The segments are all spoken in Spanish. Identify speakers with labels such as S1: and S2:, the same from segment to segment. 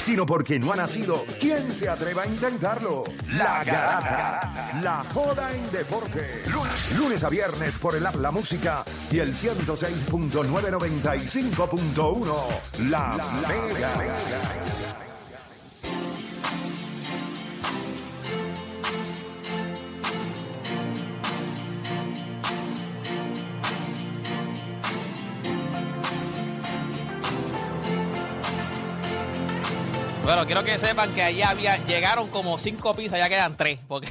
S1: sino porque no ha nacido, ¿quién se atreva a intentarlo? La Garata, la joda en deporte. Lunes, lunes a viernes por el app La Música y el 106.995.1, La Mega.
S2: Bueno, quiero que sepan que allá había, llegaron como cinco pizzas, ya quedan tres. Porque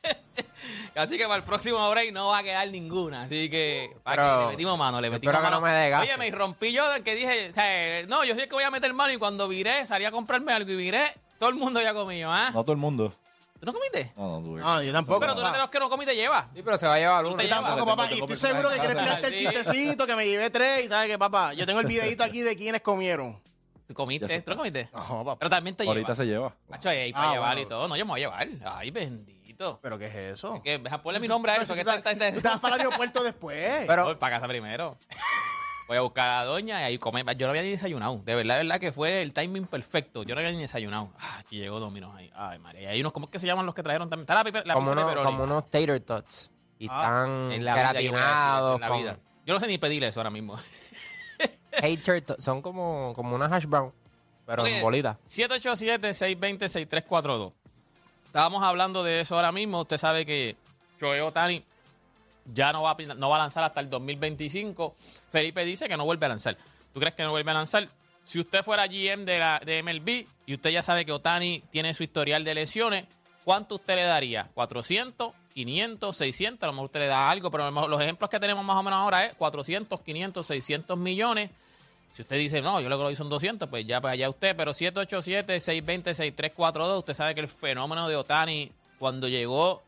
S2: así que para el próximo break no va a quedar ninguna. Así que pa' que
S3: Pero-
S2: le metimos mano, le
S3: yo
S2: metimos
S3: espero que
S2: mano.
S3: no me dé gas.
S2: Oye, me rompí yo del que dije, o sea, no, yo sé que voy a meter mano y cuando viré, salí a comprarme algo y viré, todo el mundo ya comido, ¿ah?
S4: No todo el mundo.
S2: ¿Tú no comiste?
S4: No, no, tuve.
S5: No, yo tampoco.
S2: Pero tú eres de los que no comiste llevas.
S3: Sí, pero se va a llevar
S2: Tú
S3: uno.
S2: te
S5: Yo tampoco,
S2: Tengo-
S5: papá.
S4: tengo
S5: Y estoy
S4: cosas
S5: seguro
S4: en
S5: que quieres
S2: casa.
S5: tirarte el
S2: Sí.
S5: chistecito que me llevé tres. Y sabes que, papá, yo tengo el videito aquí de quienes comieron.
S2: ¿Tú
S4: Ya
S2: comiste?
S4: sé.
S2: ¿Tú no comiste?
S5: No, papá.
S2: Pero también te
S4: Ahorita
S2: llevas.
S4: se lleva.
S2: Macho, ahí
S5: Ah,
S2: para llevar
S5: bueno.
S2: y todo. No, yo me voy a llevar. Ay, bendito.
S5: ¿Pero qué es eso?
S2: Que, deja, ponle mi nombre a eso, que esta esta gente...
S5: Tú te vas para el aeropuerto después.
S2: Voy
S3: Pero,
S2: para casa primero. Voy a buscar a la doña y ahí comer. Yo no había ni desayunado. De verdad, de verdad que fue el timing perfecto. Yo no había ni desayunado. Ah, y llegó Domino's ahí. Ay, María. Y hay unos, ¿cómo es que se llaman los que trajeron también? Está la, pipe- la
S3: como,
S2: pizza
S3: unos,
S2: pepperoni.
S3: como unos tater tots. Y están
S2: Ah, En la vida, yo voy a decir eso,
S3: gratinados.
S2: en la
S3: con-
S2: vida. Yo no sé ni pedirle eso ahora mismo.
S3: Tater tots. Son como, como unas hash brown, pero
S2: Oye,
S3: en bolitas.
S2: 787-620-6342. Estábamos hablando de eso ahora mismo. Usted sabe que Joe Otani ya no va, a, pin- no va a lanzar hasta el 2025. Felipe dice que no vuelve a lanzar. ¿Tú crees que no vuelve a lanzar? Si usted fuera GM de, la, de MLB y usted ya sabe que Otani tiene su historial de lesiones, ¿cuánto usted le daría? ¿400? 500, 600, a lo mejor usted le da algo, pero a lo mejor los ejemplos que tenemos más o menos ahora es 400, 500, 600 millones. Si usted dice, no, yo lo que lo hice son 200, pues ya para allá usted. Pero 787-620-6342, usted sabe que el fenómeno de Otani cuando llegó,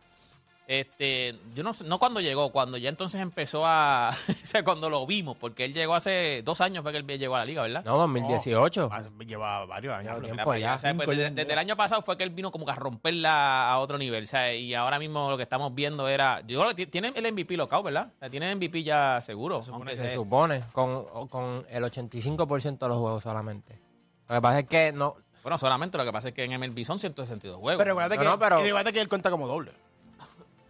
S2: este, yo no sé, no cuando llegó, cuando ya entonces empezó a, o sea, cuando lo vimos, porque él llegó hace dos años fue que él llegó a la liga, ¿verdad?
S3: No, 2018.
S2: Oh,
S5: Ah, Lleva varios años.
S3: tiempo
S2: Mira, pues,
S3: ya.
S2: o sea, pues,
S4: Cinco ya,
S2: desde,
S4: ya.
S2: desde el año pasado fue que él vino como que a romperla a otro nivel. o sea, y ahora mismo lo que estamos viendo era. Yo creo que ti- tiene el MVP locao, ¿verdad? O sea, tiene el MVP ya seguro. aunque
S3: Se
S2: sea-
S3: supone, con, o- con el 85% de los juegos solamente. Lo que pasa es que no.
S2: bueno, solamente lo que pasa es que en MLB son 162 juegos.
S5: Pero recuerda
S3: No,
S5: que,
S3: no, pero-
S5: y recuerda que él cuenta como doble.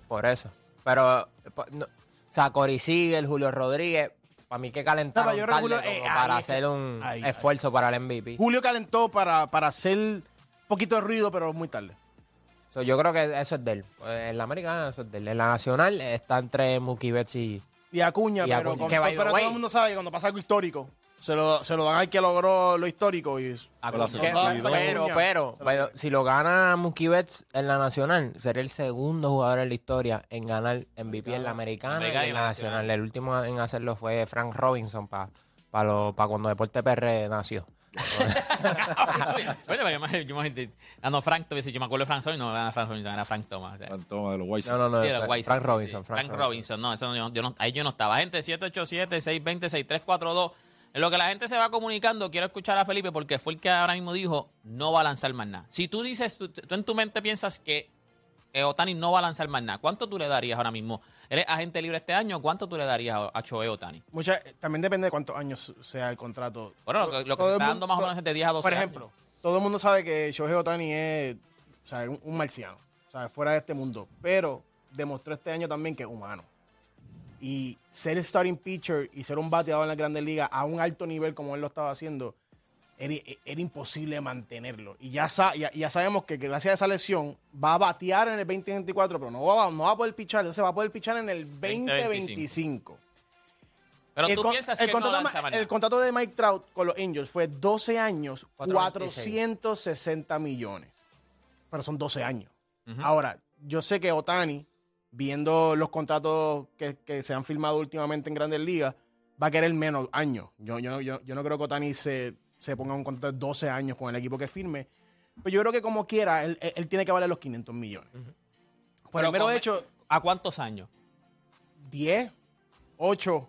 S3: Por eso. Pero, eh, pa- no, o sea, Corey Siegel, Julio Rodríguez, para mí que calentaron
S5: No, pero yo
S3: tarde
S5: creo que Julio-
S3: como
S5: eh,
S3: para
S5: ahí es que-
S3: hacer un
S5: ahí, ahí.
S3: esfuerzo para el MVP.
S5: Julio calentó para, para hacer un poquito de ruido, pero muy tarde.
S3: So, yo creo que eso es de él. Eh, En la americana eso es de él. En la nacional eh, está entre Mookie Betts y...
S5: Y Acuña,
S3: Y
S5: pero,
S3: Acuña.
S5: con-
S3: Que, by the
S5: pero
S3: way-
S5: todo el mundo sabe que cuando pasa algo histórico, se lo, se lo dan al que logró lo histórico. Y
S4: Acuña.
S3: Que-
S4: Se lo
S3: pero,
S5: olvidó.
S3: pero, pero, pero, si lo gana Mookie Betts en la nacional, sería el segundo jugador en la historia en ganar MVP en la americana
S2: Americana
S3: y en la nacional. El último en hacerlo fue Frank Robinson para cuando Deporte PR nació.
S2: Oye, pero yo me- yo me- ah, no, Frank Thomas, yo me acuerdo de Frank Thomas, no era Frank Robinson, era Frank Thomas. o sea,
S4: Toma de los White
S3: No,
S4: Sox.
S3: no, no.
S2: sí, era
S3: fue
S2: Weiss,
S3: Frank
S2: sí,
S3: Robinson.
S2: sí. Frank, Robinson, no, eso no, yo no- ahí yo no estaba. Gente, 787-620-6342. En lo que la gente se va comunicando, quiero escuchar a Felipe porque fue el que ahora mismo dijo, no va a lanzar más nada. Si tú dices, tú, tú en tu mente piensas que eh, Otani no va a lanzar más nada, ¿cuánto tú le darías ahora mismo? ¿Eres agente libre este año? ¿Cuánto tú le darías a, a Choe Otani?
S5: Mucha- eh, también depende de cuántos años sea el contrato.
S2: Bueno, lo, que- lo que
S5: Todo
S2: se
S5: el
S2: está
S5: mundo-
S2: dando más o menos es de 10 a 12
S5: Por ejemplo,
S2: años.
S5: todo el mundo sabe que Shohei Otani es o sea, un, un marciano, o sea, fuera de este mundo, pero demostró este año también que es humano. Y ser starting pitcher y ser un bateador en la grandes ligas a un alto nivel como él lo estaba haciendo, era, era imposible mantenerlo. Y ya, sa- ya, ya sabemos que gracias a esa lesión va a batear en el 2024, pero no va, no va a poder pichar, o sea, va a poder pichar en el 2025.
S2: Pero tú
S5: con-
S2: piensas
S5: el
S2: que él no
S5: contrato,
S2: lanza
S5: ma-
S2: más
S5: el
S2: nada.
S5: contrato de Mike Trout con los Angels fue 12 años,
S3: 426.
S5: 460 millones. Pero son 12 años. Ahora, yo sé que Otani, viendo los contratos que, que se han firmado últimamente en Grandes Ligas, va a querer menos años. Yo, yo, no- yo, yo no creo que Otani se, se ponga un contrato de 12 años con el equipo que firme. Pero yo creo que como quiera, él, él- él tiene que valer los 500 millones. Por
S2: Pero
S5: el mero
S2: come-
S5: hecho,
S2: ¿A cuántos años?
S5: 10, 8.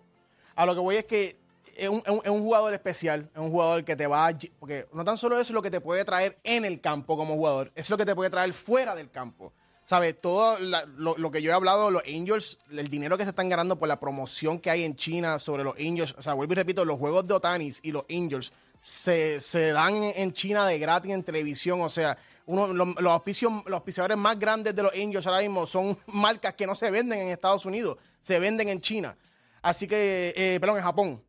S5: A lo que voy es que es un, es un- es un jugador especial, es un jugador que te va a... lle- Porque no tan solo eso es lo que te puede traer en el campo como jugador, es lo que te puede traer fuera del campo. ¿Sabes? Todo la- lo, lo que yo he hablado, los Angels, el dinero que se están ganando por la promoción que hay en China sobre los Angels. O sea, vuelvo y repito, los juegos de Otanis y los Angels se, se dan en, en China de gratis en televisión. O sea, uno, lo- los, auspicios, los auspiciadores más grandes de los Angels ahora mismo son marcas que no se venden en Estados Unidos, se venden en China. Así que, eh, perdón, en Japón.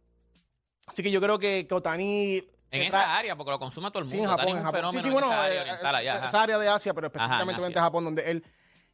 S5: Así que yo creo que, que Otani.
S2: En esa área, porque lo consume todo el
S5: Sí, en
S2: mundo. Otani
S5: Japón,
S2: es
S5: en
S2: un fenómeno
S5: Japón. Sí, sí,
S2: en
S5: bueno,
S2: esa
S5: eh,
S2: área oriental allá.
S5: esa
S2: ajá.
S5: área de Asia, pero específicamente
S2: Asia.
S5: de Japón, donde él,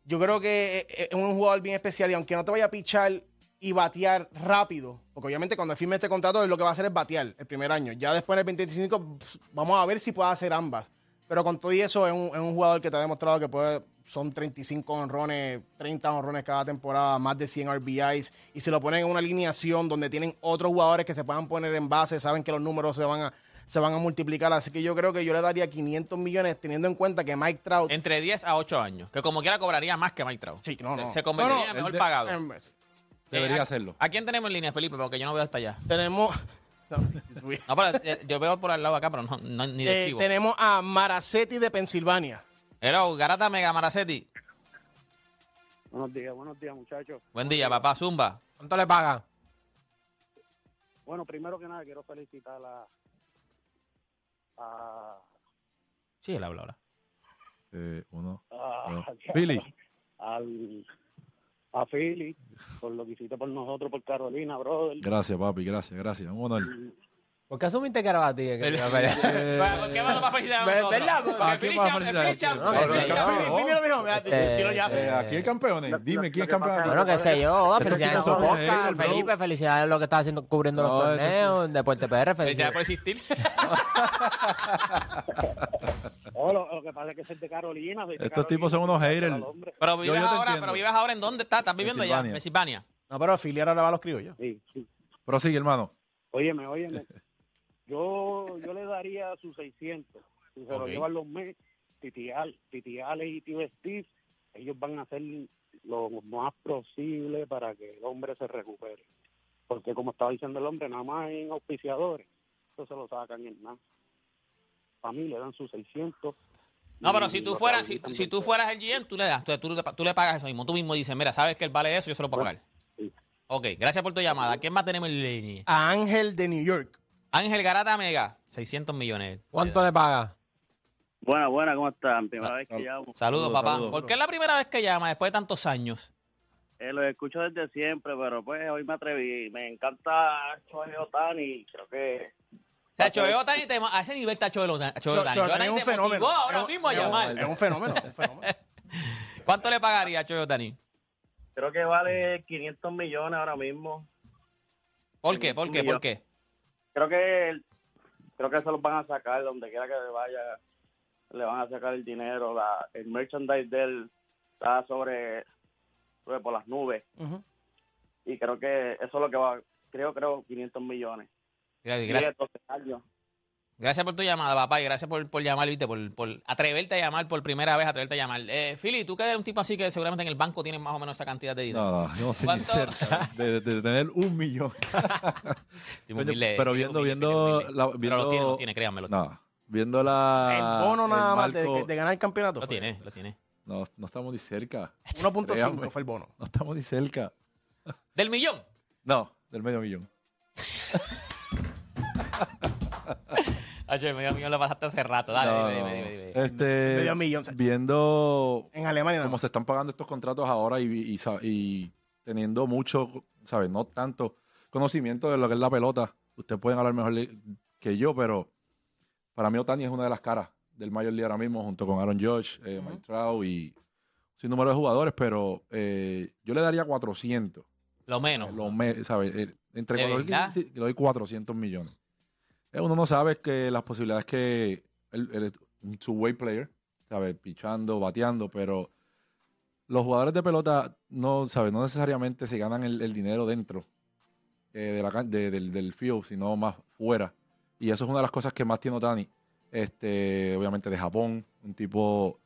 S5: yo creo que eh, es un jugador bien especial y aunque no te vaya a pichar y batear rápido, porque obviamente cuando firme este contrato lo que va a hacer es batear el primer año, ya después en el 25 pf, vamos a ver si puede hacer ambas, pero con todo y eso es un, es un jugador que te ha demostrado que puede, son 35 honrones, 30 honrones cada temporada, más de 100 RBIs y si lo ponen en una alineación donde tienen otros jugadores que se puedan poner en base, saben que los números se van a se van a multiplicar, así que yo creo que yo le daría 500 millones teniendo en cuenta que Mike Trout
S2: Entre 10 a 8 años. Que como quiera cobraría más que Mike Trout.
S5: Sí, no,
S2: Se-
S5: no.
S2: Se convertiría
S5: No,
S2: en
S5: no,
S2: el
S4: el
S2: mejor
S4: de-
S2: pagado.
S5: Em,
S4: Debería
S2: Eh, ¿a-
S4: hacerlo.
S2: ¿A quién tenemos en línea, Felipe? Porque yo no veo hasta allá.
S5: Tenemos. no, sí, sí, tú-
S2: No, pero eh, yo veo por al lado acá, pero no, no- ni de
S5: Eh,
S2: chivo.
S5: tenemos a Maracetti de Pensilvania.
S2: Hello, Garata Mega Maracetti.
S6: Buenos días, buenos días, muchachos.
S2: Buen día, papá Zumba.
S3: ¿Cuánto le pagan?
S6: Bueno, primero que nada, quiero felicitar a. a.
S2: Sí, él habla ahora.
S4: Eh, uno.
S6: a,
S4: Ah, Philly.
S6: al- a Philly, por lo que hiciste por nosotros, por Carolina, brother.
S4: Gracias, papi, gracias, gracias. Un honor.
S3: ¿Por qué asumiste que era para ti? Que te iba a pelear?
S2: ¿Por qué vamos a felicitar a
S3: Ve-
S2: nosotros?
S3: ¿verdad?
S2: Porque
S4: ¿Quién
S2: Philly
S4: va a
S2: Champ-
S4: felicitar a
S2: Philly Champ-
S4: quién?
S2: Philly Champ-
S3: No, que sí.
S5: Philly-
S4: no.
S5: Philly lo dijo, mira, yo-
S2: Este,
S5: yo lo ya sé.
S4: Eh, aquí hay campeones. Dime quién es campeón.
S3: Bueno, qué sé yo.
S4: Te
S3: Felicidades en
S4: estoy
S3: su
S4: quitando
S3: podcast,
S4: el bro.
S3: Felipe. Felicidades en lo que estás haciendo cubriendo
S4: No,
S3: los
S4: te-
S3: torneos, en Deporte PR.
S2: Felicidades por
S3: Felicidades.
S2: existir.
S6: Oh, lo, lo que pasa es que ese es de Carolina. soy de
S4: Estos tipos son
S6: Carolina,
S4: unos
S6: pero
S4: haters.
S6: al hombre.
S2: Pero
S4: Yo-
S2: vives
S4: yo te
S2: ahora,
S4: entiendo.
S2: pero vives ahora en dónde estás? ¿Estás viviendo allá?
S4: Pensilvania.
S2: Pensilvania.
S5: No, pero afiliar ahora va a los criollos.
S6: Sí, sí.
S4: Pero sigue, hermano.
S6: Óyeme, óyeme. Yo, yo le daría sus 600. Si se lo
S5: Ok.
S6: llevan los Mets, Titi Al- Titi Ale y Tío Steve, ellos van a hacer lo más posible para que el hombre se recupere. Porque como estaba diciendo el hombre, nada más en auspiciadores. Eso se lo sacan en nada. A mí le dan sus 600.
S2: No,
S6: y
S2: pero si tú
S6: lo
S2: fueras, si,
S6: rehabilitan
S2: si tú
S6: después.
S2: fueras el GM, tú le das, tú, tú, tú le pagas eso mismo. Tú mismo dices, mira, sabes que él vale eso, yo se lo puedo pagar.
S6: Sí.
S2: Ok, gracias por tu llamada. ¿Quién más tenemos en línea?
S5: A Ángel de New York.
S2: Ángel Garata Mega, 600 millones.
S3: ¿Cuánto le pagan?
S7: Buena, buena, ¿cómo están?
S2: Ah,
S7: Primera vez que
S4: sal-
S7: llamo.
S2: Saludos,
S4: Saludos,
S2: papá.
S4: saludos.
S2: ¿Por qué es la primera vez que llama después de tantos años?
S7: Eh, los escucho desde siempre, pero pues hoy me atreví. Me encanta Choe Otani, creo que...
S2: O sea, Choeo Tani, te- a ese nivel está Choeo Tani. Choeo
S5: Cho-
S2: Tani.
S5: Cho-
S2: Choeo Tani
S5: es un
S2: se motivó
S5: fenómeno.
S2: ahora
S5: Es un-
S2: mismo a
S5: es un-
S2: llamar.
S5: Es un fenómeno. un fenómeno.
S2: ¿Cuánto le pagaría a Choeo Tani?
S7: Creo que vale 500 millones ahora mismo.
S2: ¿Por qué? ¿Por qué? ¿Por qué?
S7: Creo que el- creo que se los van a sacar donde quiera que vaya. Le van a sacar el dinero. la- el merchandise de él está sobre, sobre por las nubes.
S5: Ujú.
S7: Y creo que eso es lo que va... Creo, creo, 500 millones.
S2: Gracias,
S7: 10, 12 años.
S2: gracias por tu llamada, papá, y gracias por, por llamar, viste, por, por atreverte a llamar por primera vez, atreverte a llamar. Eh, Philly, tú que eres un tipo así que seguramente en el banco tienes más o menos esa cantidad de dinero.
S4: No, no, yo no estoy ni
S2: ¿Cuánto?
S4: cerca de, de tener un millón.
S2: Tipo humilde, tipo
S4: pero viendo-
S2: humilde, tipo
S4: viendo
S2: humilde.
S4: la-
S2: Pero lo
S4: viendo-
S2: tiene, lo tiene, créanmelo.
S4: No, viendo la.
S5: el bono
S4: el
S5: nada más de,
S4: marco-
S5: de- de ganar el campeonato.
S2: Ah, Lo
S5: fue.
S2: tiene,
S4: pues.
S2: lo tiene.
S4: No, no estamos ni cerca.
S5: 1.5
S4: Créame.
S5: fue el bono.
S4: No estamos ni cerca.
S2: Del millón.
S4: No, del medio millón.
S2: Ay, el medio millón lo pasaste hace rato. Dale,
S4: No,
S2: dime,
S4: no,
S2: dime,
S4: no.
S2: dime, dime.
S4: Este,
S5: Medio millón.
S4: Viendo
S5: En Alemania. nada
S4: cómo
S5: más.
S4: se están pagando estos contratos ahora y, y sa- y teniendo mucho, ¿sabes? No tanto conocimiento de lo que es la pelota. Ustedes pueden hablar mejor le- que yo, pero para mí Otani es una de las caras del Major League ahora mismo, junto con Aaron George, eh, Mike Trout y sin número de jugadores, pero eh, yo le daría 400.
S2: Lo menos.
S4: Eh, Lo me- ¿sabes? Eh, Entre
S2: ¿De
S4: cuatro-
S2: verdad?
S4: sí, le doy 400 millones. Eh, Uno no sabe que las posibilidades que él, él es un two-way player, ¿sabes? Pichando, bateando, pero los jugadores de pelota no, ¿sabes? No necesariamente se ganan el, el dinero dentro eh, de la, can- de- del, del field, sino más fuera. Y eso es una de las cosas que más tiene Otani. Este, obviamente de Japón, un tipo,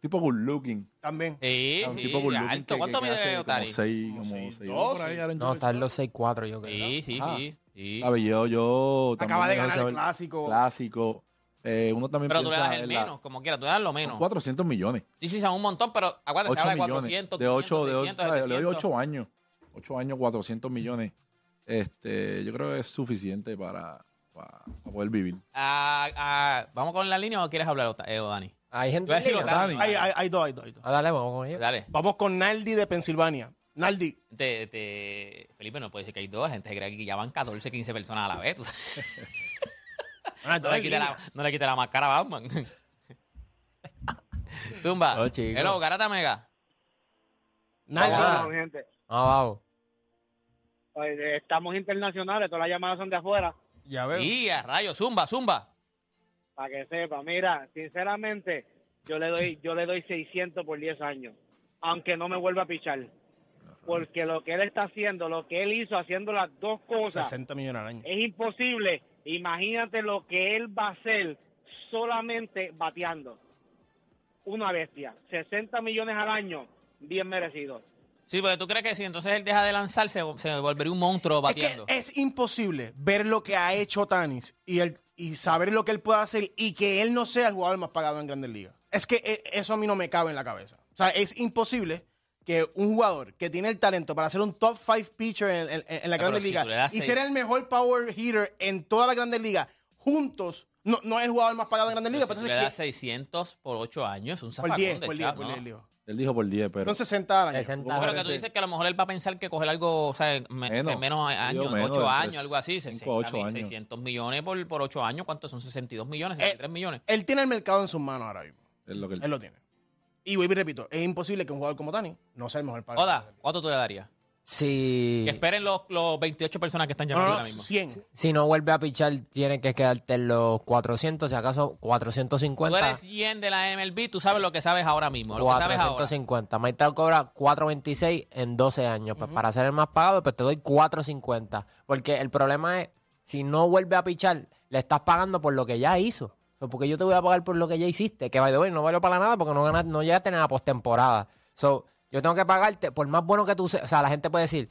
S4: tipo good looking.
S5: También.
S2: Sí,
S4: un
S2: sí,
S4: tipo good looking
S2: alto.
S4: que-
S2: ¿Cuánto
S4: que hace
S2: mide
S4: como
S2: Otani? Sí,
S4: seis-
S5: Como
S4: como
S5: seis,
S4: seis-
S5: dos,
S4: por ahí,
S5: sí.
S4: Aaron
S3: No,
S4: George.
S3: está en los 6-4, yo creo.
S2: sí, sí,
S4: Ah.
S2: sí.
S4: A ver, yo, yo también
S5: Acaba de
S4: me
S5: ganar
S4: gusta
S5: el
S4: ver
S5: clásico.
S4: clásico. Eh, uno también
S2: Pero tú le
S4: piensa
S2: das el
S4: en la-
S2: menos, como quieras, tú le das lo menos.
S4: 400 millones.
S2: Sí, sí, son un montón, pero acuérdate, se
S4: 8
S2: habla de
S4: millones.
S2: 400,
S4: de 8,
S2: 500, 600,
S4: de 8,
S2: 700.
S4: 8 años. 8 años, 400 millones. Este, yo creo que es suficiente para, para, para poder vivir.
S2: Ah, ah, ¿Vamos con la línea o quieres hablar, Ota- eh, Dani?
S3: Hay gente.
S2: Yo voy a decir
S3: en línea.
S2: Otani.
S4: Otani.
S5: Hay, hay, hay dos, hay dos, hay dos.
S3: Ah, dale, vamos con ellos.
S2: Dale.
S5: Vamos con Naldi de Pensilvania. Naldi,
S2: Te- te- Felipe, no puede decir que hay dos. La gente se cree que ya van 14, 15 personas a la vez. tú sabes.
S5: ah,
S2: No, le quite la, no le quite la máscara a Batman. Zumba.
S3: No, chico.
S2: Hello, Garata Mega.
S3: Ah.
S5: Naldi,
S6: Bueno, mi gente,
S3: Ah, vamos.
S6: eh, estamos internacionales, todas las llamadas son de afuera.
S5: ya veo.
S2: Y a rayo, Zumba, Zumba.
S6: Para que sepa, mira, sinceramente, yo le doy yo le doy 600 por 10 años, aunque no me vuelva a pichar. Porque lo que él está haciendo, lo que él hizo haciendo las dos cosas,
S5: 60 millones al año.
S6: es imposible. Imagínate lo que él va a hacer solamente bateando. Una bestia. 60 millones al año, bien merecido.
S2: Sí, porque tú crees que si entonces él deja de lanzar, se, se volvería un monstruo
S5: Es que eh,
S2: batiendo.
S5: es imposible ver lo que ha hecho Tanis y, el, y saber lo que él puede hacer y que él no sea el jugador más pagado en Grandes Ligas. Es que eh, eso a mí no me cabe en la cabeza. O sea, es imposible que un jugador que tiene el talento para ser un top 5 pitcher en, en- en la
S2: Ah, pero
S5: Grandes
S2: si
S5: Ligas
S2: tú le das
S5: y
S2: seis-
S5: ser el mejor power hitter en toda la Grandes Ligas juntos, no, no es el jugador más pagado en Grandes Ligas.
S2: Pero si tú
S5: Entonces,
S2: le das
S5: ¿qué?
S2: 600 por 8 años, es un
S5: por
S2: zafacón
S5: 10,
S2: de
S5: por 10,
S2: chat,
S5: por
S2: ¿no?
S5: 10, digo.
S4: Él dijo por 10, pero.
S5: Son 60 al año.
S3: 60.
S2: Pero que tú dices que a lo mejor él va a pensar que coger algo, o sea, me- de
S4: Menos.
S2: menos, años,
S4: Digo, menos,
S2: 8
S4: de
S2: años,
S4: tres,
S2: algo así,
S4: cinco a
S2: 60,
S4: ocho
S2: mil,
S4: años.
S2: 600 millones por, por 8 años, ¿cuántos son? 62
S5: Eh.
S2: millones, 63 millones.
S5: Él tiene el mercado en sus manos ahora mismo.
S4: es lo que él-
S5: Él lo tiene. Y vuelvo y repito, es imposible que un jugador como Tani no sea el mejor pagado.
S2: Oda, ¿cuánto tú le darías?
S3: Si,
S2: Que esperen los, los 28 personas que están
S5: No,
S2: llamando
S5: no, no,
S2: ahora mismo.
S5: 100.
S3: si no vuelve a pichar, tiene que quedarte en los 400, si acaso
S2: Tú
S3: 450.
S2: eres 100 de la MLB, tú sabes lo que sabes ahora mismo, lo que sabes ahora.
S3: 450. Maital cobra 426 en 12 años. Pues para ser el más pagado, pues te doy 450. Porque el problema es, si no vuelve a pichar, le estás pagando por lo que ya hizo. O sea, porque yo te voy a pagar por lo que ya hiciste. Que by the way, no valió para nada porque no, ganas, no llegaste ni a la postemporada. So, yo tengo que pagarte, por más bueno que tú seas. O sea, la gente puede decir,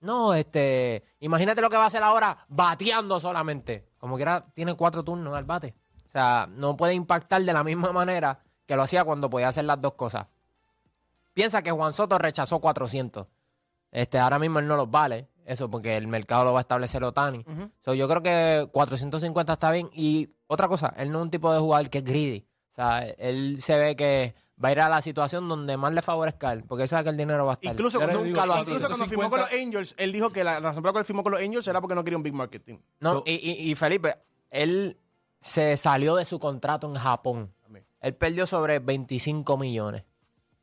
S3: no, este, imagínate lo que va a hacer ahora bateando solamente. Como quiera, tiene cuatro turnos al bate. O sea, no puede impactar de la misma manera que lo hacía cuando podía hacer las dos cosas. Piensa que Juan Soto rechazó 400. Este, ahora mismo él no los vale. Eso porque el mercado lo va a establecer Otani. So, yo creo que 450 está bien. Y otra cosa, él no es un tipo de jugador que es greedy. O sea, él se ve que va a ir a la situación donde más le favorezca a él. Porque él sabe que el dinero va a estar.
S5: Incluso,
S4: Ya le
S5: cuando,
S4: digo,
S5: incluso
S4: cuatrocientos
S5: cuando firmó con los
S4: cincuenta.
S5: Angels, él dijo que la razón por la cual firmó con los Angels era porque no quería un big marketing.
S3: No,
S4: So-
S3: y, y- y Felipe, él se salió de su contrato en Japón.
S5: También.
S3: Él perdió sobre 25 millones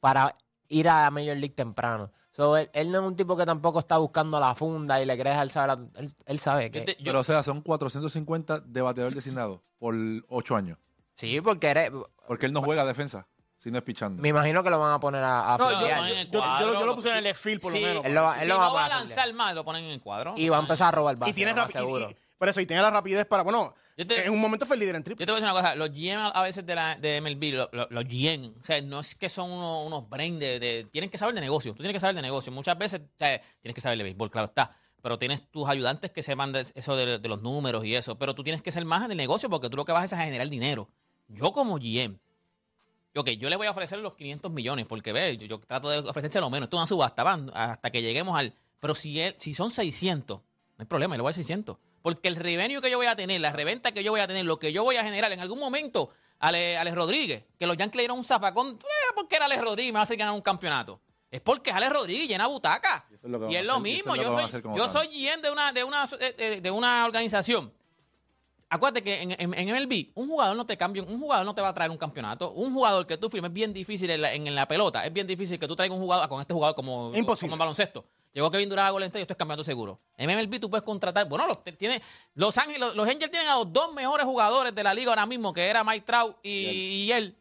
S3: para ir a la Major League temprano. So, él, él no es un tipo que tampoco está buscando la funda y le cree dejar saber. la- él, él sabe que.
S2: Yo te- yo-
S4: Pero, o sea, son 450 de bateador designado por 8 años.
S3: Sí, porque eres-
S4: Porque él no juega defensa, sino es pichando.
S3: me imagino que lo van a poner a, a
S5: No,
S2: lo
S5: yo,
S3: fildear.
S2: ponen en el
S5: yo- yo- yo lo- yo lo
S2: cuadro,
S5: puse en el left field, por
S2: si-
S5: lo menos.
S3: Él lo va- él
S2: si
S3: lo va
S2: no va a
S3: parar, ya.
S2: lanzar más, lo ponen en el cuadro.
S3: y va a empezar a robar base,
S5: y tiene
S3: lo más
S5: rapi- y-
S3: seguro.
S5: y- por eso, y tiene la rapidez para. Bueno,
S2: Yo te-
S5: en un momento fue el líder en
S2: Yo
S5: triple.
S2: te voy a decir una cosa, los GM a veces de, la, de MLB, lo- lo- los GM, o sea, no es que son uno- unos brain de, de- Tienen que saber de negocio, tú tienes que saber de negocio. Muchas veces o sea, tienes que saber de béisbol, claro está, pero tienes tus ayudantes que se mandan eso de, de los números y eso, pero tú tienes que ser más en el negocio porque tú lo que vas es a generar dinero. Yo como GM, ok, yo le voy a ofrecer los 500 millones porque ve, yo, yo trato de ofrecerse lo menos, esto es una subasta, van, hasta que lleguemos al... Pero si, él- si son 600, no hay problema, yo le voy a dar 600. Porque el revenue que yo voy a tener, la reventa que yo voy a tener, lo que yo voy a generar en algún momento, Ale, Alex Rodríguez, que los Yankees le dieron un zafacón, ¿por porque era Alex Rodríguez me va a hacer ganar un campeonato. Es porque es Alex Rodríguez llena butaca.
S4: Y eso es lo que
S2: y
S4: van a
S2: es lo
S4: hacer, y eso
S2: mismo,
S4: es lo que
S2: yo
S4: van a
S2: soy,
S4: hacer con
S2: yo
S4: Otani.
S2: soy GM de una, de una, eh, eh, de una organización. Acuérdate que en, en, en MLB, un jugador no te cambia, un jugador no te va a traer un campeonato. Un jugador que tú firmes es bien difícil en la, en- en la pelota. Es bien difícil que tú traigas un jugador ah, con este jugador como,
S5: Imposible.
S2: como en baloncesto. Llegó Kevin Durant a Golden State y esto es campeonato seguro. En MLB tú puedes contratar. Bueno, los, te- tiene, los, Ángeles, los, los Angels tienen a los dos mejores jugadores de la liga ahora mismo, que era Mike Trout y, y él.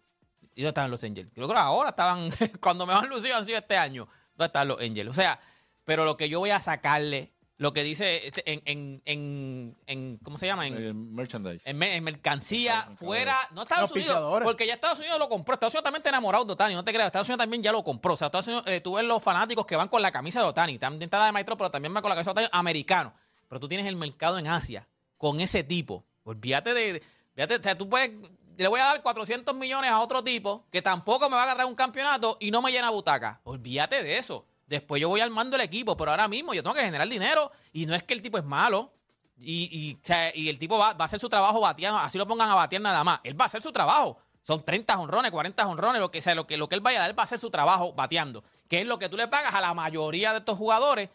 S2: ¿Y dónde estaban los Angels? Yo creo que ahora estaban, cuando mejor lucido han sido este año. ¿Dónde están los Angels? O sea, pero lo que yo voy a sacarle, lo que dice este, en, en, en, en- ¿cómo se llama? En,
S4: Eh, merchandise.
S2: en, me- en mercancía,
S4: Mercado.
S2: fuera, no Estados
S5: Los
S2: Unidos,
S5: pichadores.
S2: porque ya Estados Unidos lo compró. Estados Unidos también está enamorado de Otani, no te creas. Estados Unidos también ya lo compró. O sea, Estados Unidos, eh, tú ves los fanáticos que van con la camisa de Otani, también está la de Maestro, pero también va con la camisa de Otani americano. Pero tú tienes el mercado en Asia con ese tipo. Olvídate de. de- Fíjate, o sea, tú puedes, le voy a dar 400 millones a otro tipo que tampoco me va a traer un campeonato y no me llena butaca. Olvídate de eso. Después yo voy armando el equipo, pero ahora mismo yo tengo que generar dinero y no es que el tipo es malo. Y, y, o sea, y el tipo va, va a hacer su trabajo bateando, así lo pongan a batear nada más. Él va a hacer su trabajo. Son 30 honrones, 40 honrones, lo que, sea, lo, que, lo que él vaya a dar va a hacer su trabajo bateando, que es lo que tú le pagas a la mayoría de estos jugadores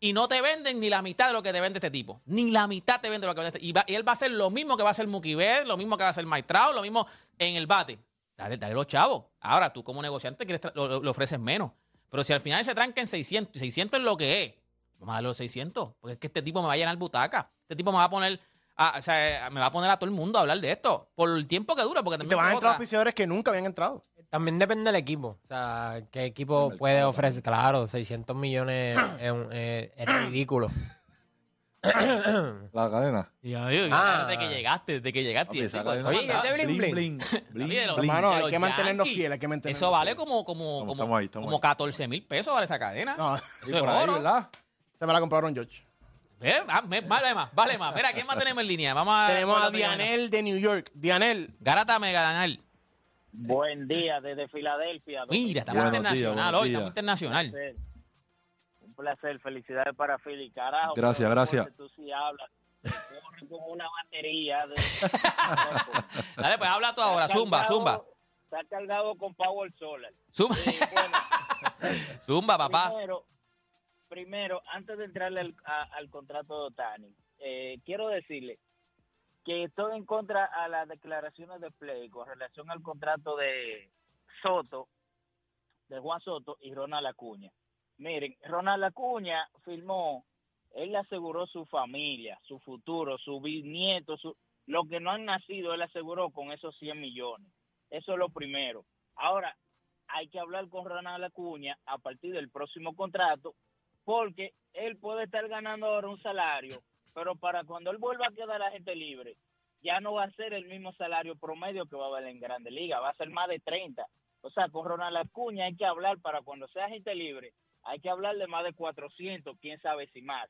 S2: y no te venden ni la mitad de lo que te vende este tipo. Ni la mitad te vende lo que vende este y, va- y él va a hacer lo mismo que va a hacer Mookie Betts, lo mismo que va a hacer Mike Trout, lo mismo en el bate. Dale, dale los chavos. Ahora tú como negociante quieres tra- lo, lo- lo ofreces menos. Pero si al final se tranca en 600, y 600 es lo que es, vamos a darle los 600, porque es que este tipo me va a llenar butaca. Este tipo me va a poner... a- o sea, me va a poner a todo el mundo a hablar de esto por el tiempo que dura, porque
S5: Y
S2: también
S5: te van
S2: se
S5: a entrar
S2: vota.
S5: auspiciadores que nunca habían entrado.
S3: También depende del equipo. O sea, qué equipo
S4: El
S3: puede
S4: mercado
S3: ofrecer. Claro, 600 millones es, un- eh, es- es ridículo.
S4: La cadena.
S2: Y yo, yo,
S3: Ah.
S2: desde que llegaste, desde que llegaste. y
S4: Papi,
S2: el
S4: esa
S2: tipo-
S4: cadena-
S3: Oye, ¿y ese bling, bling?
S4: bling,
S2: Papi, de los-
S4: bling.
S5: Hermano,
S2: de
S5: hay
S2: los
S5: que mantenernos
S2: Yankees.
S5: fieles, hay que mantenernos
S2: Eso vale
S5: fieles.
S2: como, como,
S4: Estamos-
S2: como,
S4: estamos ahí, estamos
S2: como
S4: ahí.
S2: 14 mil pesos vale esa cadena.
S4: Y
S5: No,
S2: Eso es
S4: por ahí,
S2: oro.
S4: ¿verdad?
S5: se me la compraron George.
S2: Eh, ah, me- vale más, vale más. Mira, ¿quién más tenemos en línea? Vamos a.
S5: Tenemos a
S2: vamos
S5: Dianel de New York. Dianel,
S2: Garata Meganal.
S8: Buen día desde Filadelfia.
S2: Mira, estamos
S4: Buenos días,
S2: internacional
S4: buenos
S2: hoy,
S4: días.
S2: estamos internacional.
S8: placer. Un placer, felicidades para Philly, carajo.
S4: Gracias,
S8: pero
S4: gracias.
S8: Tú sí hablas, te corres como una batería. De...
S2: Dale, pues habla tú ahora,
S8: Está
S2: zumba,
S8: cargado-
S2: zumba.
S8: Está cargado con Power Solar.
S2: Zumba,
S8: Eh, bueno,
S2: zumba papá.
S8: Primero, primero, antes de entrarle al, a- al contrato de Otani, eh, quiero decirle que estoy en contra a las declaraciones de Play con relación al contrato de Soto, de Juan Soto y Ronald Acuña. Miren, Ronald Acuña firmó, él aseguró su familia, su futuro, su bisnieto, su, lo que no han nacido, él aseguró con esos 100 millones. Eso es lo primero. Ahora, hay que hablar con Ronald Acuña a partir del próximo contrato, porque él puede estar ganando ahora un salario, pero para cuando él vuelva a quedar la gente libre, ya no va a ser el mismo salario promedio que va a haber en Grande Liga, va a ser más de 30. O sea, con Ronald Acuña hay que hablar para cuando sea gente libre, hay que hablar de más de 400, quién sabe si más.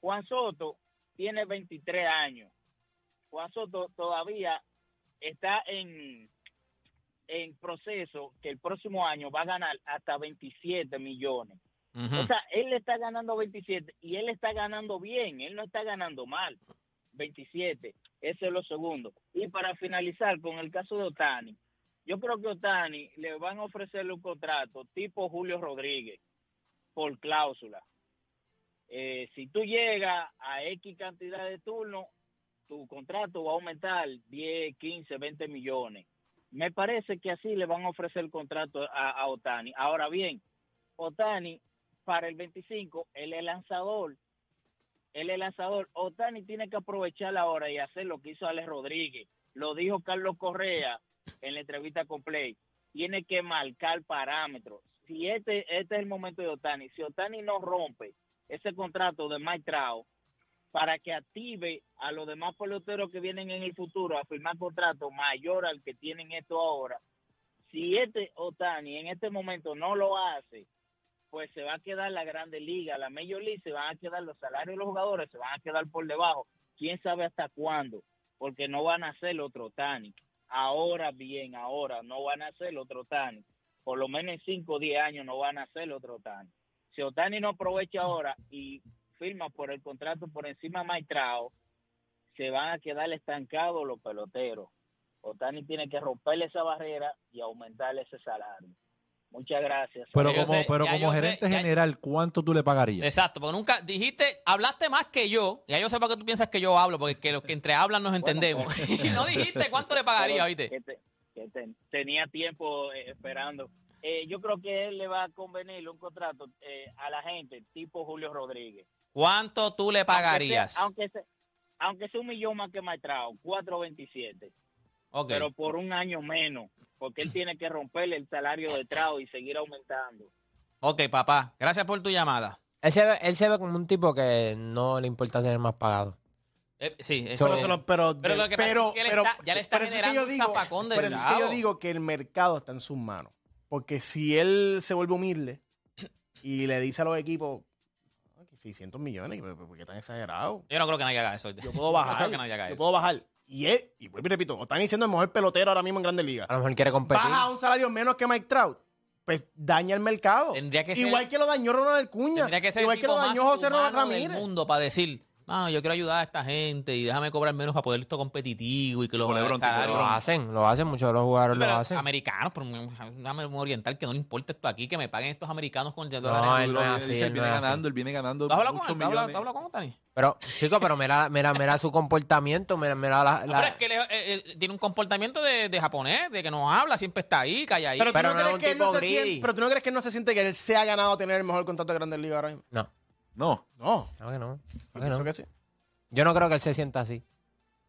S8: Juan Soto tiene 23 años. Juan Soto todavía está en, en proceso que el próximo año va a ganar hasta 27 millones.
S2: Ujú.
S8: O sea, él le está ganando 27 y él está ganando bien, él no está ganando mal. 27, eso es lo segundo. Y para finalizar con el caso de Otani, yo creo que Otani le van a ofrecerle un contrato tipo Julio Rodríguez por cláusula. Eh, si tú llegas a X cantidad de turnos, tu contrato va a aumentar 10, 15, 20 millones. Me parece que así le van a ofrecer el contrato a, a Otani. Ahora bien, Otani para el 25, él es lanzador. Él es lanzador. Otani tiene que aprovechar ahora y hacer lo que hizo Alex Rodríguez. Lo dijo Carlos Correa en la entrevista con Play. Tiene que marcar parámetros. Si este, este es el momento de Otani, si Otani no rompe ese contrato de Mike Trout para que active a los demás peloteros que vienen en el futuro a firmar contratos mayor al que tienen esto ahora, si este Otani en este momento no lo hace, pues se va a quedar la Grande Liga, la Major League, se van a quedar los salarios de los jugadores, se van a quedar por debajo. Quién sabe hasta cuándo, porque no van a hacer otro Tani. Ahora bien, ahora no van a hacer otro Tani. Por lo menos en 5 o 10 años no van a hacer otro Tani. Si Otani no aprovecha ahora y firma por el contrato por encima de Maitrao, se van a quedar estancados los peloteros. Otani tiene que romperle esa barrera y aumentarle ese salario. Muchas gracias.
S4: Pero
S2: Ya yo
S4: como,
S2: sé,
S4: pero
S2: ya
S4: como
S2: yo sé,
S4: gerente
S2: ya-
S4: general, ¿cuánto tú le pagarías?
S2: Exacto, porque nunca dijiste, hablaste más que yo. Ya yo sé por qué tú piensas que yo hablo, porque es que los que entre hablan nos entendemos. Y no dijiste cuánto le pagaría,
S8: Pero
S2: ¿viste?
S8: que te- que te- tenía tiempo eh, esperando. Eh, yo creo que él le va a convenir un contrato eh, a la gente, tipo Julio Rodríguez.
S2: ¿Cuánto tú le pagarías?
S8: Aunque sea, aunque sea, aunque sea un millón más que Maestrao, 4.27,
S2: Ok.
S8: pero por un año menos, porque él tiene que romperle el salario de Trao y seguir aumentando.
S2: Ok, papá, gracias por tu llamada.
S3: Él se, ve, él se ve como un tipo que no le importa ser el más pagado.
S2: Eh, sí, eso
S5: pero, se lo- pero,
S2: pero lo que pasa es que él está- ya le está
S5: por eso es que
S2: generando
S5: yo
S2: un
S5: digo-
S2: zafacón de
S5: Por eso es que yo
S2: lado.
S5: digo que el mercado está en sus manos. Porque si él se vuelve humilde y le dice a los equipos, "Ah, que 600 millones, ¿por qué tan exagerado?
S2: Yo no creo que nadie haga eso.
S5: Yo puedo
S2: No creo
S5: bajar.
S2: que nadie haga
S5: yo
S2: eso.
S5: puedo bajar. Y él, y vuelvo y repito, Otani siendo el mejor pelotero ahora mismo en Grandes Ligas.
S3: A lo mejor quiere competir.
S5: Baja a un salario menos que Mike Trout. Pues daña el mercado.
S2: Tendría que
S5: Igual
S2: ser-
S5: que lo dañó Ronald Acuña.
S2: Tendría que ser
S5: Igual
S2: el
S5: que
S2: tipo
S5: lo dañó
S2: más
S5: José Ronald
S2: humano del
S5: Ramírez.
S2: mundo para decir, mano, yo quiero ayudar a esta gente y déjame cobrar menos para poder esto competitivo y que los
S4: Con LeBron, tipo,
S2: salarios-
S3: Lo hacen, lo hacen, muchos de los jugadores
S2: Pero
S3: lo hacen.
S2: americanos, pero dame un oriental que no le importa esto aquí, que me paguen estos americanos con
S3: No,
S2: dólares.
S3: él
S4: Duro,
S3: es
S4: él
S3: así,
S4: dice,
S3: él
S4: él viene
S3: no es así.
S4: ganando, él viene ganando
S2: ¿Tú has hablado con
S4: muchos
S2: él? ¿Tú has hablado-
S4: millones.
S2: tú has hablado con Otani?
S3: Pero, chico, pero mira, mira, mira su comportamiento, mira, mira la,
S2: No,
S3: la-
S2: pero es que él es- eh, eh, tiene un comportamiento de, de japonés, de que no habla, siempre está ahí, calladito.
S5: Pero, tú
S3: Pero
S5: no
S3: no es
S5: crees
S3: un
S5: que él no
S3: tipo
S5: se
S3: greedy.
S5: siente- pero tú no crees que él no se siente que él se ha ganado tener el mejor contrato de Grandes Ligas ahora mismo.
S3: No,
S4: No,
S5: No,
S3: claro que no.
S5: yo
S3: claro que
S5: pienso
S3: no.
S5: que sí.
S3: Yo no creo que él se sienta así.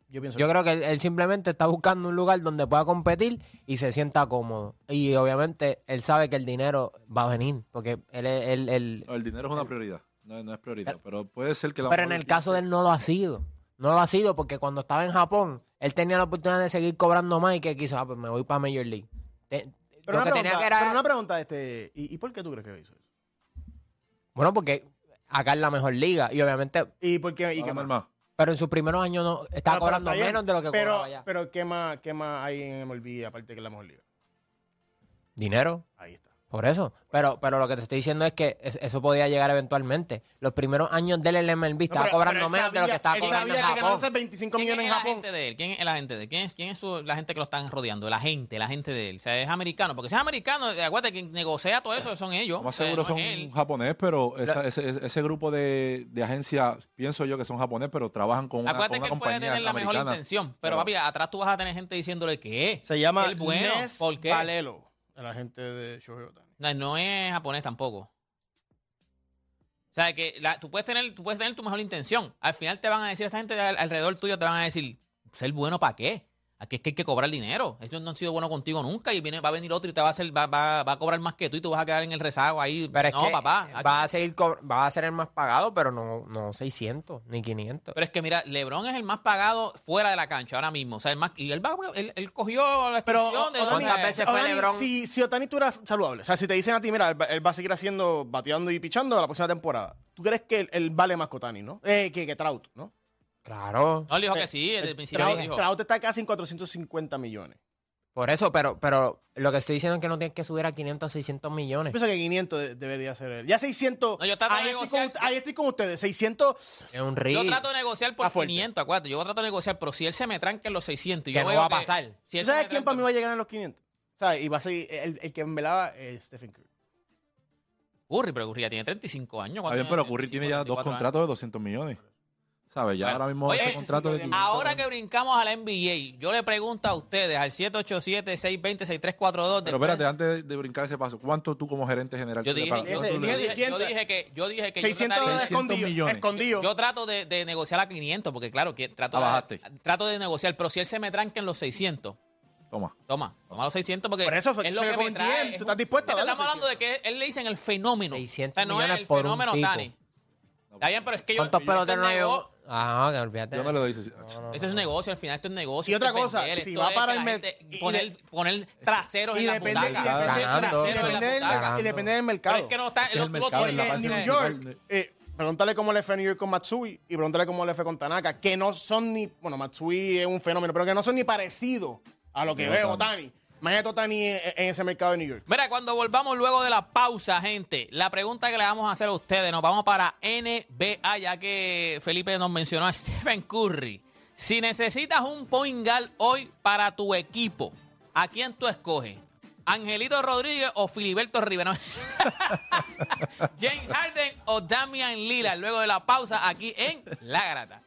S5: Yo pienso
S3: Yo
S5: que
S3: creo que él, él simplemente está buscando un lugar donde pueda competir y se sienta cómodo. Y obviamente él sabe que el dinero va a venir, porque él es... él- él-
S4: el dinero es
S2: Eh,
S4: una prioridad. No, no es prioridad, pero puede ser que la
S3: Pero en el caso de él no lo ha sido. No lo ha sido porque cuando estaba en Japón, él tenía la oportunidad de seguir cobrando más y que quiso, ah, pues me voy para Major League. Te-
S5: pero
S3: lo
S5: una,
S3: que tenía
S5: pregunta,
S3: que era-
S5: pero una pregunta, este, ¿y, y por qué tú crees que hizo eso?
S3: Bueno, porque acá es la mejor liga y obviamente...
S5: ¿Y por qué? ¿Y qué más? Ah,
S4: hermano.
S3: Pero en sus primeros años no estaba
S5: Pero- pero
S3: cobrando
S5: está bien,
S3: menos de lo que
S5: pero,
S3: cobraba ya.
S5: Pero ¿qué más, qué más hay en MLB aparte que la mejor liga?
S3: Dinero.
S5: Ahí está.
S3: Por eso. Pero, pero lo que te estoy diciendo es que es- eso podía llegar eventualmente. Los primeros años del LMLB estaba
S5: No, pero-
S3: cobrando
S5: pero él
S3: menos de lo
S5: sabía-
S3: que estaba
S5: él
S3: cobrando en
S5: sabía que
S3: Japón.
S5: ganarse 25
S2: ¿Quién es
S5: millones en
S2: la
S5: Japón.
S2: gente de él? ¿Quién es la gente de él? ¿Quién es, quién es su- la gente que lo están rodeando? La gente, la gente de él. O sea, es americano. Porque si es americano, eh, acuérdate, quien negocia todo eso son ellos.
S4: Lo más
S2: O sea,
S4: seguro
S2: no
S4: son
S2: es él.
S4: japonés, pero esa- ese, ese- ese grupo de, de agencias, pienso yo que son japonés, pero trabajan con una, con
S2: Acuérdate
S4: una
S2: que él puede
S4: compañía
S2: tener la mejor
S4: americana.
S2: intención. Pero,
S4: Pero-
S2: papi, atrás tú vas a tener gente diciéndole que
S5: Se llama
S2: El bueno,
S5: Nes
S2: ¿por qué?
S5: Valelo, el agente de Shohei Ohtani.
S2: no, no es japonés tampoco. O sea, que la- tú, puedes tener, tú puedes tener tu mejor intención. Al final te van a decir, esta gente de al- alrededor tuyo te van a decir, ser bueno para qué. Aquí es que hay que cobrar dinero. Ellos no han sido buenos contigo nunca y viene, va a venir otro y te va a, hacer, va, va- va a cobrar más que tú y tú vas a quedar en el rezago ahí.
S3: Pero es
S2: no,
S3: que
S2: papá. aquí-
S3: Va a, seguir cobr- va a ser el más pagado, pero no, no 600 ni 500.
S2: Pero es que mira, LeBron es el más pagado fuera de la cancha ahora mismo. O sea, el más, y él, va- él- él cogió la
S5: Pero
S2: extensión de-
S5: Otani,
S3: ¿Cuántas veces fue
S5: Otani,
S3: LeBron?
S5: Si, si Otani estuviera saludable, o sea, si te dicen a ti, mira, él va, él va a seguir haciendo, bateando y pichando la próxima temporada, ¿tú crees que él, él vale más que Otani, no? Eh, que, que Trout, ¿no? Eh,
S3: Claro.
S2: no, él dijo que sí, desde el principio
S5: Trout,
S2: dijo.
S5: Trout está casi en 450 millones.
S3: Por eso, pero, pero lo que estoy diciendo es que no tienes que subir a 500, 600
S5: Yo
S3: millones.
S5: pienso que 500 de- debería ser él. Ya 600.
S2: No, yo trato de
S5: ahí, estoy
S2: negociar.
S5: con, ahí estoy con ustedes. 600.
S3: Es un
S2: Yo
S3: río.
S2: trato de negociar
S5: Está
S2: por
S5: fuerte.
S2: 500, acuérdate. Yo trato de negociar, pero si él se me tranca en los 600, y yo
S3: Que no
S2: veo
S3: va a pasar.
S2: si él se
S5: ¿Tú sabes
S2: me
S5: quién
S2: tranca-
S5: para mí va a llegar a los 500? ¿Sabes? Y va a seguir. El, el que me lava es Stephen Curry.
S2: Curry, pero Curry ya tiene 35 años.
S4: Está
S2: ¿cuánto
S4: bien,
S2: tiene?
S4: pero Curry tiene
S2: 35,
S4: ya dos
S2: 34
S4: contratos de 200 millones. ¿Sabes? Ya
S2: Bueno,
S4: ahora mismo
S2: oye,
S4: ese
S2: ese
S4: contrato de
S5: sí
S4: 500
S2: Ahora que brincamos a la NBA, yo le pregunto a ustedes al 787-620-6342.
S4: Pero
S2: después-
S4: espérate, antes de, de brincar ese paso, ¿cuánto tú como gerente general
S2: yo
S4: tú le
S2: dije,
S4: pagas?
S2: yo,
S4: ¿Cuánto
S5: Ese-
S4: le
S2: yo
S4: pagas?
S2: dije, yo
S5: 600.
S2: dije que yo dije que yo
S5: 600
S2: trataría-
S5: dólares
S4: 600
S5: escondido.
S4: millones.
S5: Escondido.
S2: Yo trato de, de negociar a 500, porque claro, que trato,
S4: Ah,
S2: de,
S4: bajaste.
S2: trato de negociar, pero si él se me tranca en los 600,
S4: Toma.
S2: toma, toma los 600 porque
S5: Por eso fue-
S2: es lo
S5: se
S2: que
S5: fue
S2: me
S5: con
S2: trae.
S5: 100,
S2: es
S5: tú
S2: un-
S5: estás dispuesto a
S2: Estamos
S5: darle
S2: hablando de que él le dicen el fenómeno.
S3: 600
S2: O sea, no es
S3: millones
S2: el
S3: por un
S2: fenómeno,
S3: tipo.
S2: Tani. Está bien, pero es que yo...
S3: ¿Cuántos
S2: yo- este
S3: peloteros no
S2: esto es
S3: hay?
S2: nego-
S3: Ah, que olvídate.
S4: Yo no le doy. ese-
S2: Esto es un negocio, al final esto es un negocio.
S5: Y
S2: esto
S5: otra
S2: es
S5: cosa,
S2: vender,
S5: si
S2: esto
S5: va
S2: es que
S5: para el
S2: la
S5: mer-
S2: gente-
S5: y- y
S2: Poner,
S5: de-
S2: poner traseros
S5: Y
S2: en la
S5: depende, y
S2: butaca.
S5: depende,
S3: Ganando.
S5: y depende del,
S3: Ganando.
S5: y depende del
S2: Pero
S5: mercado.
S2: es que no está...
S4: Es el
S2: tú
S4: mercado,
S2: tienes
S4: es
S2: que
S4: la
S5: en
S4: parte
S2: tener-
S5: New
S4: del
S5: York,
S4: rival.
S5: eh, pregúntale cómo le fue a New York con Matsui y pregúntale cómo le fue con Tanaka, que no son ni, bueno, Matsui es un fenómeno, pero que no son ni parecidos a lo que
S4: Ni
S5: veo
S4: Ohtani.
S5: Otani. Imagínate Otani en, en ese mercado de New York.
S2: Mira, cuando volvamos luego de la pausa, gente, la pregunta que le vamos a hacer a ustedes, nos vamos para NBA, ya que Felipe nos mencionó a Stephen Curry. Si necesitas un point guard hoy para tu equipo, ¿a quién tú escoges? ¿Angelito Rodríguez o Filiberto Rivera? No. ¿James Harden o Damian Lillard? Luego de la pausa aquí en La Garata.